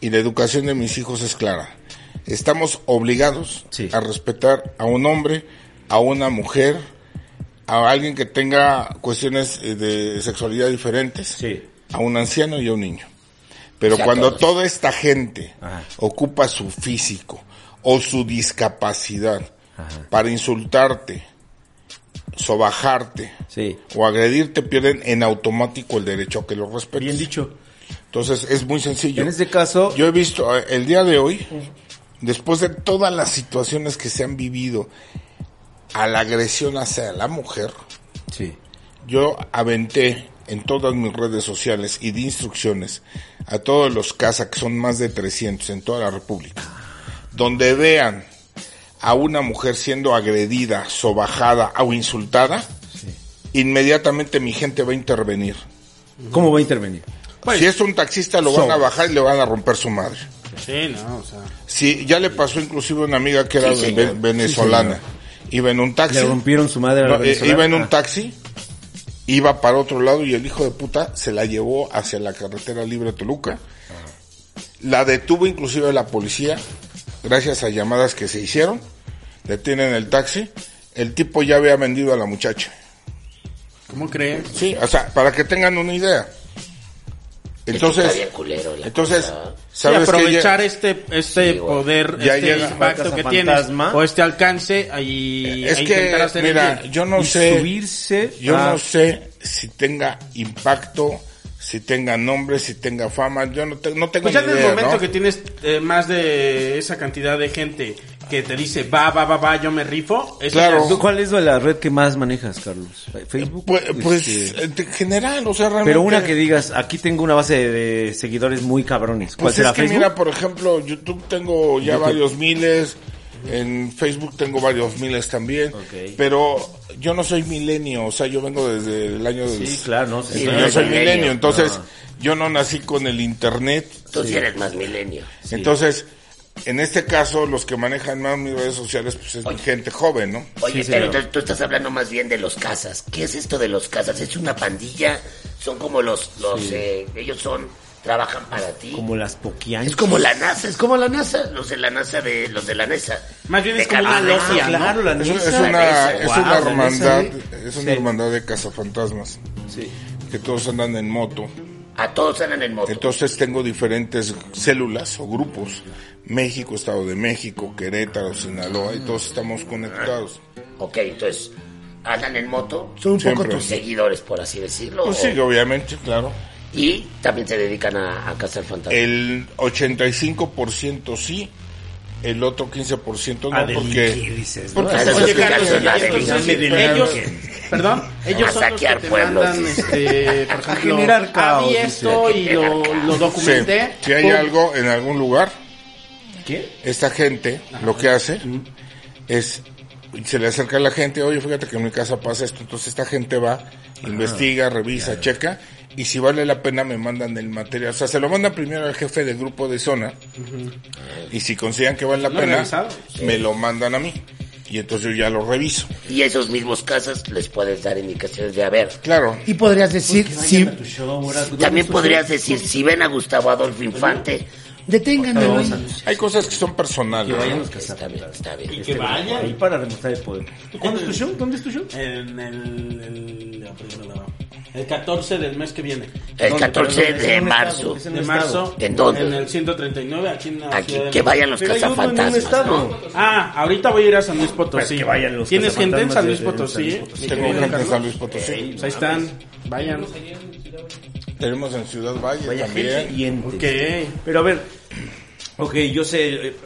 B: y la educación de mis hijos es clara. Estamos obligados
C: Sí.
B: a respetar a un hombre, a una mujer, a alguien que tenga cuestiones eh, de sexualidad diferentes,
C: Sí.
B: a un anciano y a un niño. Pero
D: O sea,
B: cuando
D: todos.
B: toda esta gente
C: Ajá.
B: ocupa su físico o su discapacidad
C: Ajá.
B: para insultarte, sobajarte
C: Sí.
B: o agredirte, pierden en automático el derecho a que lo respetes.
C: Bien dicho.
B: Entonces es muy sencillo.
C: En este caso,
B: Yo he visto eh, el día de hoy, después de todas las situaciones que se han vivido a la agresión hacia la mujer,
C: sí.
B: yo aventé en todas mis redes sociales y di instrucciones a todos los casas, que son más de 300 en toda la República, donde vean a una mujer siendo agredida, sobajada o insultada, inmediatamente mi gente va a intervenir.
C: ¿Cómo va a intervenir?
B: si es un taxista lo van a bajar y le van a romper su madre.
E: Sí, no, o sea.
B: Sí, ya le pasó inclusive a una amiga que era
D: Sí, señor.
B: ve- venezolana. iba en un taxi.
C: Le rompieron su madre a la
B: No, eh,
C: venezolana.
B: iba en un
C: Ah.
B: taxi. Iba para otro lado y el hijo de puta se la llevó hacia la carretera libre de Toluca. La detuvo inclusive la policía, gracias a llamadas que se hicieron. Detienen el taxi. El tipo ya había vendido a la muchacha.
E: ¿Cómo crees?
B: Sí, o sea, para que tengan una idea.
D: Está bien
B: Entonces,
D: culero la
B: entonces,
D: cosa.
E: Sí,
B: ¿sabes qué?
E: aprovechar este este
D: Sí, güey.
E: poder,
B: Ya
E: este
B: llega-
E: impacto que tienes
C: Cazafantasma.
E: o este alcance ahí
B: Es
E: a
B: que,
E: intentar hacer el
B: mira,
E: bien.
B: yo no
C: Y
B: sé.
C: subirse
B: Yo
C: a-
B: no sé si tenga impacto, si tenga nombre, si tenga fama. Yo no, te- no tengo
E: pues ya en
B: ni
E: el
B: idea,
E: momento
B: ¿no?
E: que tienes eh, más de esa cantidad de gente que te dice va va va va yo me rifo, eso
B: Claro.
C: ¿Tú ¿Cuál es la red que más manejas, Carlos? ¿Facebook?
B: Pues, pues,
C: Este,
B: en general, o sea, realmente.
C: Pero una que digas, aquí tengo una base de, de seguidores muy cabrones. ¿Cuál
B: Pues es
C: será
B: que
C: Facebook?
B: mira, por ejemplo, YouTube tengo ya varios miles. En Facebook tengo varios miles también.
C: Ok.
B: Pero yo no soy milenio, o sea, yo vengo desde el año del.
C: Sí, claro, no. sí,
D: Sí,
C: claro.
B: Yo soy
D: Milenio.
B: milenio, entonces yo no nací con el internet,
D: Tú sí eres más milenio.
B: Entonces, en este caso, los que manejan más mis redes sociales, pues es
D: Oye.
B: gente joven, ¿no?
D: Oye,
C: Sí, señor.
D: pero entonces tú estás hablando más bien de los casas. ¿Qué es esto de los casas? ¿Es una pandilla? Son como los... los eh, ellos son... Trabajan para ti.
C: Como las poquianas.
D: Es como la NASA, es como la NASA. Los de la NASA de... Los de la NASA.
E: Más bien
D: De
E: es como una
D: cabeza.
E: logia, ¿no?
C: Ah, Claro, la
B: Es, es
C: neta.
B: una,
D: Esa,
B: es
C: wow,
B: una
C: la neta,
B: hermandad,
C: ¿eh?
B: es
C: Sí.
B: una hermandad de cazafantasmas,
C: Sí.
B: que todos andan en moto.
D: A todos andan en moto.
B: Entonces tengo diferentes células o grupos. México, Estado de México, Querétaro, Sinaloa, y todos estamos conectados.
D: Ok, entonces, andan en moto,
H: Son un poco
B: Siempre.
D: tus seguidores, por así decirlo.
B: Pues sí,
D: o-
B: obviamente, claro.
D: Y también se dedican a, a cazar fantasmas.
B: El 85% sí, el otro 15% no,
C: A delinquir,
B: porque...
C: dices, ¿no?
B: porque
D: Esa es
B: Oye,
E: Oye,
D: explicación,
E: Carlos,
D: la
E: y entonces
D: delinquir.
E: ellos, perdón, ellos
D: A
E: son los que
D: saquear
E: te
D: pueblos,
E: mandan,
D: dice.
E: este, por ejemplo,
C: generar caos,
E: "Ah, vi
C: dice.
E: esto y lo, lo
B: Sí,
E: documenté.
B: si hay
E: pum,
B: algo en algún lugar,
C: ¿Qué?
B: esta gente lo que hace es se le acerca a la gente, oye, fíjate que en mi casa pasa esto, entonces esta gente va,
C: Ah,
B: investiga, revisa, checa y si vale la pena me mandan el material, o sea, se lo mandan primero al jefe del grupo de zona y si consideran que vale la
E: No,
B: pena
E: revisado.
B: me lo mandan a mí y entonces yo ya lo reviso.
D: Y esos mismos casas les puedes dar indicaciones de, a ver,
B: Claro,
H: Y podrías decir, sí,
D: también podrías decir, si ven a Gustavo Adolfo Infante,
H: deténganmelo. ahí.
B: hay cosas que son personales. ¿no?
D: está bien, está bien.
E: Que vaya.
C: Ahí para demostrar el poder. ¿Cuándo es tu show? ¿Dónde es tu
B: Pues,
C: show?
E: En el, pues, el, el 14 del mes que viene.
D: El
C: ¿Dónde?
D: 14
C: Perdón, es
D: de
C: en un
D: marzo.
C: estado, es
E: De marzo.
D: ¿En dónde?
E: En el 139, aquí en la
D: Aquí,
E: Ciudad de
D: que
E: México.
D: vayan los
C: Pero hay uno en un
D: cazafantasmas,
C: estado.
D: ¿no?
E: Ah, ahorita voy a ir a San Luis Potosí.
C: Pues que vayan los
E: ¿Tienes gente en
C: cazafantasmas
E: San Luis
C: de- de San
E: Potosí?
C: Luis
E: eh?
C: Potosí.
E: Mi
B: Tengo
E: querido
B: gente en
E: Carlos.
B: San Luis Potosí,
E: Pues ahí están. Vayan.
B: tenemos en Ciudad Valle
C: Vaya
B: también.
C: gente y entes.
E: Ok.
C: Pero a ver, ok, yo sé eh,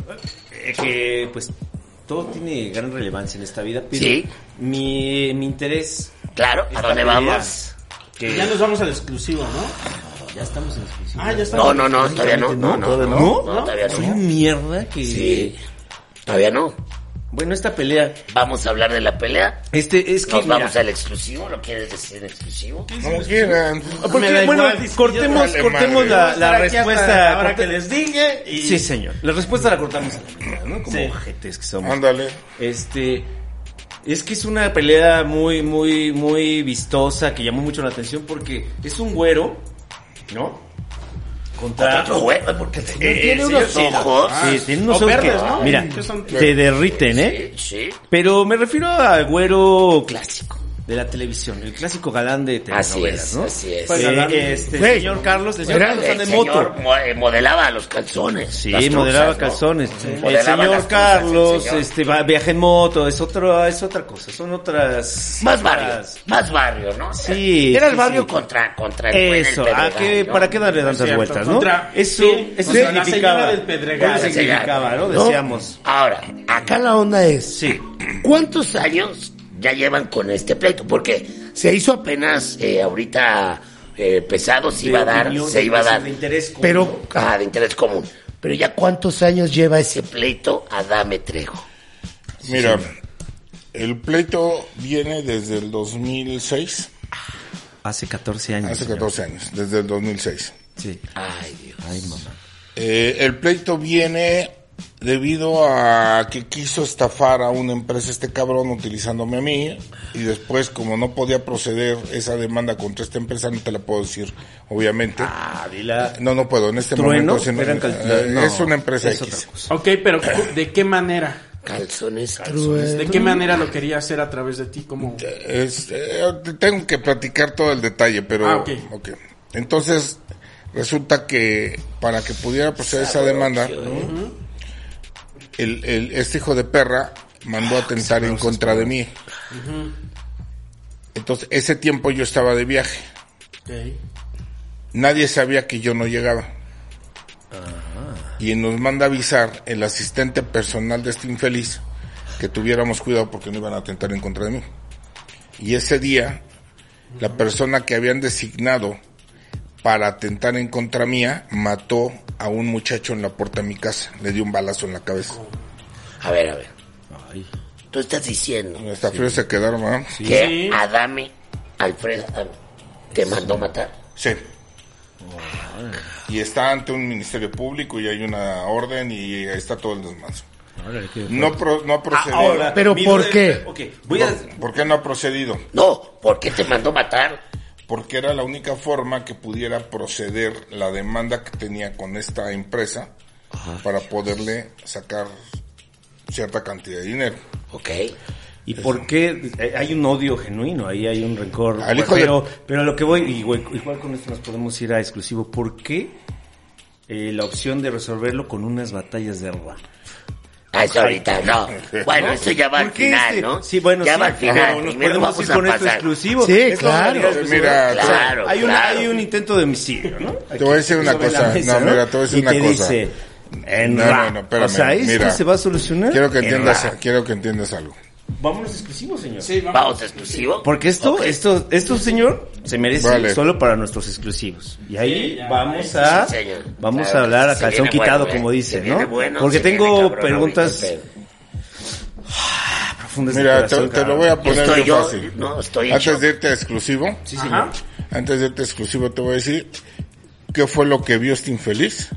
C: eh, que pues todo tiene gran relevancia en esta vida, pero
D: Sí.
C: mi, mi interés...
D: Claro, ¿a
C: esta
D: dónde
C: pelea,
D: vamos?
C: Que
E: Ya nos vamos al exclusivo, ¿no?
C: ya estamos en exclusiva.
E: Ah, ya está.
D: No, no, no, todavía no. No, no, no, no,
C: ¿No?
D: todavía
C: Soy
D: no.
C: mierda que...
D: Sí, todavía no.
C: Bueno, esta pelea.
D: Vamos a hablar de la pelea.
C: Este es que.
D: ¿Nos
C: mira,
D: vamos al exclusivo? ¿Lo quieres decir en exclusivo?
B: Como quieran.
C: Ah, porque,
E: Me da
C: bueno,
E: igual.
C: cortemos,
B: Vale,
C: cortemos
B: madre.
C: la, la
E: Estar aquí hasta
C: respuesta.
E: Ahora
C: corte-
E: que les dije. Y...
C: Sí, señor. La respuesta la cortamos a la primera, ¿no? Como
E: Sí.
C: ojetes que somos.
B: Ándale.
C: Este. Es que es una pelea muy, muy, muy vistosa que llamó mucho la atención porque es un güero, ¿no?
D: ¿Contra otro juego? ¿eh? Porque tiene unos ojos.
C: Sí, tiene unos ojos
E: o verdes,
C: que-
E: ¿no?
C: Mira,
E: Que son-
C: te derriten, ¿eh?
D: Sí, sí.
C: Pero me refiero al güero clásico de la televisión, el clásico galán de
D: Así
C: telenovelas,
D: es,
C: ¿no?
D: así es.
C: Pues,
D: Sí.
C: galán, este,
H: Güey.
C: señor Carlos, el señor
H: Era-
C: Carlos
D: El
C: anda en
D: señor
C: moto.
D: mo- eh, modelaba los calzones.
C: Sí,
D: las truzas,
C: modelaba
D: ¿no?
C: calzones. El
D: Modelaba las
C: señor
D: truzas, el
C: Carlos,
D: señor.
C: este, va- viaja en moto, es otro, es otra cosa, son otras.
D: Más barrio,
C: varias.
D: más barrio, ¿no?
C: Sí,
D: Era el
C: sí,
D: barrio
C: sí.
D: contra, contra el buen, el
C: Eso, ¿a
D: pedregal,
C: qué,
D: ¿no?
C: ¿para qué darle tantas
E: cierto,
C: vueltas, no?
E: contra-
C: eso,
E: sí,
C: eso
E: contra la
C: significaba.
E: señora del Pedregal.
C: Eso
D: Para
C: significaba,
D: llegar,
C: ¿no? Decíamos.
D: Ahora,
H: Acá la onda es,
C: Sí.
D: ¿cuántos años ya llevan con este pleito? Porque se hizo apenas eh, ahorita eh, pesado, se iba a dar,
C: opinión,
D: se
C: de
D: iba a dar.
C: de interés común,
H: pero
D: Ah, de interés común. Pero ya cuántos años lleva ese pleito Adame Trejo.
B: Mira, el pleito viene desde el 2006,
C: Hace 14 años.
B: hace
C: señor.
B: 14 años, desde el 2006.
C: Sí.
D: Ay, Dios.
C: Ay, mamá.
B: Eh, el pleito viene debido a que quiso estafar a una empresa este cabrón utilizándome a mí y después como no podía proceder esa demanda contra esta empresa no te la puedo decir obviamente
C: Ah, dila.
B: no no puedo en este
C: ¿Trueno?
B: momento si no-
C: Eran cal-
B: eh,
C: no,
B: es una empresa
C: es
B: X
C: otra cosa.
E: Ok, pero cu- ¿de qué manera? Pues,
D: Calzones.
E: ¿De
C: Pues,
E: qué manera lo quería hacer a través de ti? ¿Cómo?
B: Es- eh, tengo que platicar todo el detalle, pero...
E: Ah, ok.
B: ok. Entonces, resulta que para que pudiera proceder esa demanda, el, el- este hijo de perra mandó a tentar en contra de mí. Entonces, ese tiempo yo estaba de viaje.
E: Ok.
B: Nadie sabía que yo no llegaba. Y nos manda avisar el asistente personal de este infeliz que tuviéramos cuidado porque no iban a atentar en contra de mí. Y ese día, la persona que habían designado para atentar en contra mía mató a un muchacho en la puerta de mi casa. Le dio un balazo en la cabeza.
D: A ver, a ver. Tú estás diciendo
B: Hasta frío se quedaron, ¿verdad? Sí.
D: que
E: Sí.
D: Adame, Alfredo Adame, te mandó matar.
B: Y está ante un ministerio público y hay una orden y está todo el desmanso. No, pro- no ha procedido.
C: Ah, Ahora,
H: Pero
C: mi
H: ¿por
C: duda
H: qué?
C: es- ok, voy a.
B: ¿Por qué no ha procedido?
D: No, ¿por qué te mandó matar?
B: Porque era la única forma que pudiera proceder la demanda que tenía con esta empresa para poderle sacar cierta cantidad de dinero.
D: Ok.
C: ¿Y por qué? Eh, Hay un odio genuino, ahí hay un rencor.
B: Al hijo de-
C: pero, pero lo que voy, y güey, igual con esto nos podemos ir a exclusivo. ¿Por qué eh, la opción de resolverlo con unas batallas de rap?
D: Ah, eso ahorita no. Bueno, eso ya va al
C: ¿Por qué
D: final,
C: este-
D: ¿no?
C: Sí, bueno,
D: ya
C: sí,
D: va al
C: pero
D: final.
C: nos
D: Primero
C: podemos
D: vamos
C: ir
D: a
C: con esto
D: pasar.
C: exclusivo.
H: Sí,
C: Es la
H: claro.
C: manera de resolverlo.
B: Mira,
D: Claro,
C: hay, un,
D: claro.
C: hay un intento de homicidio, ¿no?
B: Te voy a decir una
C: sobre la
B: cosa.
C: mesa,
B: No, mira, te voy a decir
C: Y
B: una
C: te
B: cosa.
C: dice, ¿Eh? en
B: No, no,
C: rap.
B: no, espérame,
C: o sea, esto
B: mira.
C: se va a solucionar.
B: Quiero que
C: en
B: entiendas,
C: rap.
B: quiero que entiendas algo.
C: Vámonos exclusivos, señor.
E: Sí, vamos.
D: Vamos exclusivo.
C: Porque esto, esto, esto, señor, se merece
B: Vale.
C: solo para nuestros exclusivos. Y ahí
E: ya,
C: vamos a,
D: sí, señor.
C: vamos
D: Claro,
C: a hablar a
D: se
C: calzón
D: viene
C: quitado,
D: bueno,
C: como
D: eh.
C: dice,
D: Se viene
C: ¿no?
D: bueno,
C: Porque
D: se viene
C: tengo
D: cabrón
C: preguntas
D: ahorita,
C: profundas. de
B: Mira, te,
C: corazón,
B: te lo
C: cabrón.
B: voy a
D: pero-
B: poner
D: Estoy
B: bien
D: yo,
B: fácil.
D: no, estoy
C: Ah,
D: en
B: Antes
D: shock.
B: de irte a exclusivo,
C: Sí, señor.
B: antes de irte a exclusivo te voy a decir qué fue lo que vio este infeliz,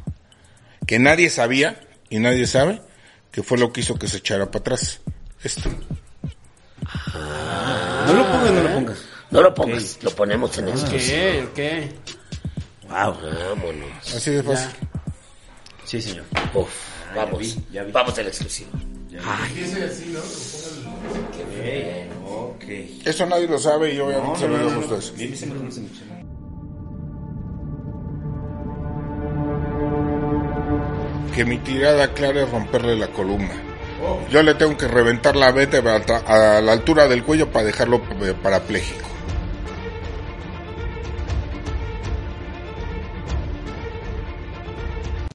B: que nadie sabía y nadie sabe, que fue lo que hizo que se echara para atrás. Esto.
C: No lo pongas, no lo pongas.
D: No lo pongas, lo ponemos
C: Ah.
D: en exclusivo.
E: Ok, ok.
C: Wow.
D: Vámonos.
B: Así de fácil.
C: Sí, señor.
D: Uf, vamos,
C: vi, ya vi.
D: vamos en exclusivo.
C: Ok.
B: Eso nadie lo sabe y obviamente se lo digo a ustedes. Que mi tirada clara es romperle la columna. Yo le tengo que reventar la vete a, a la altura del cuello para dejarlo eh, parapléjico.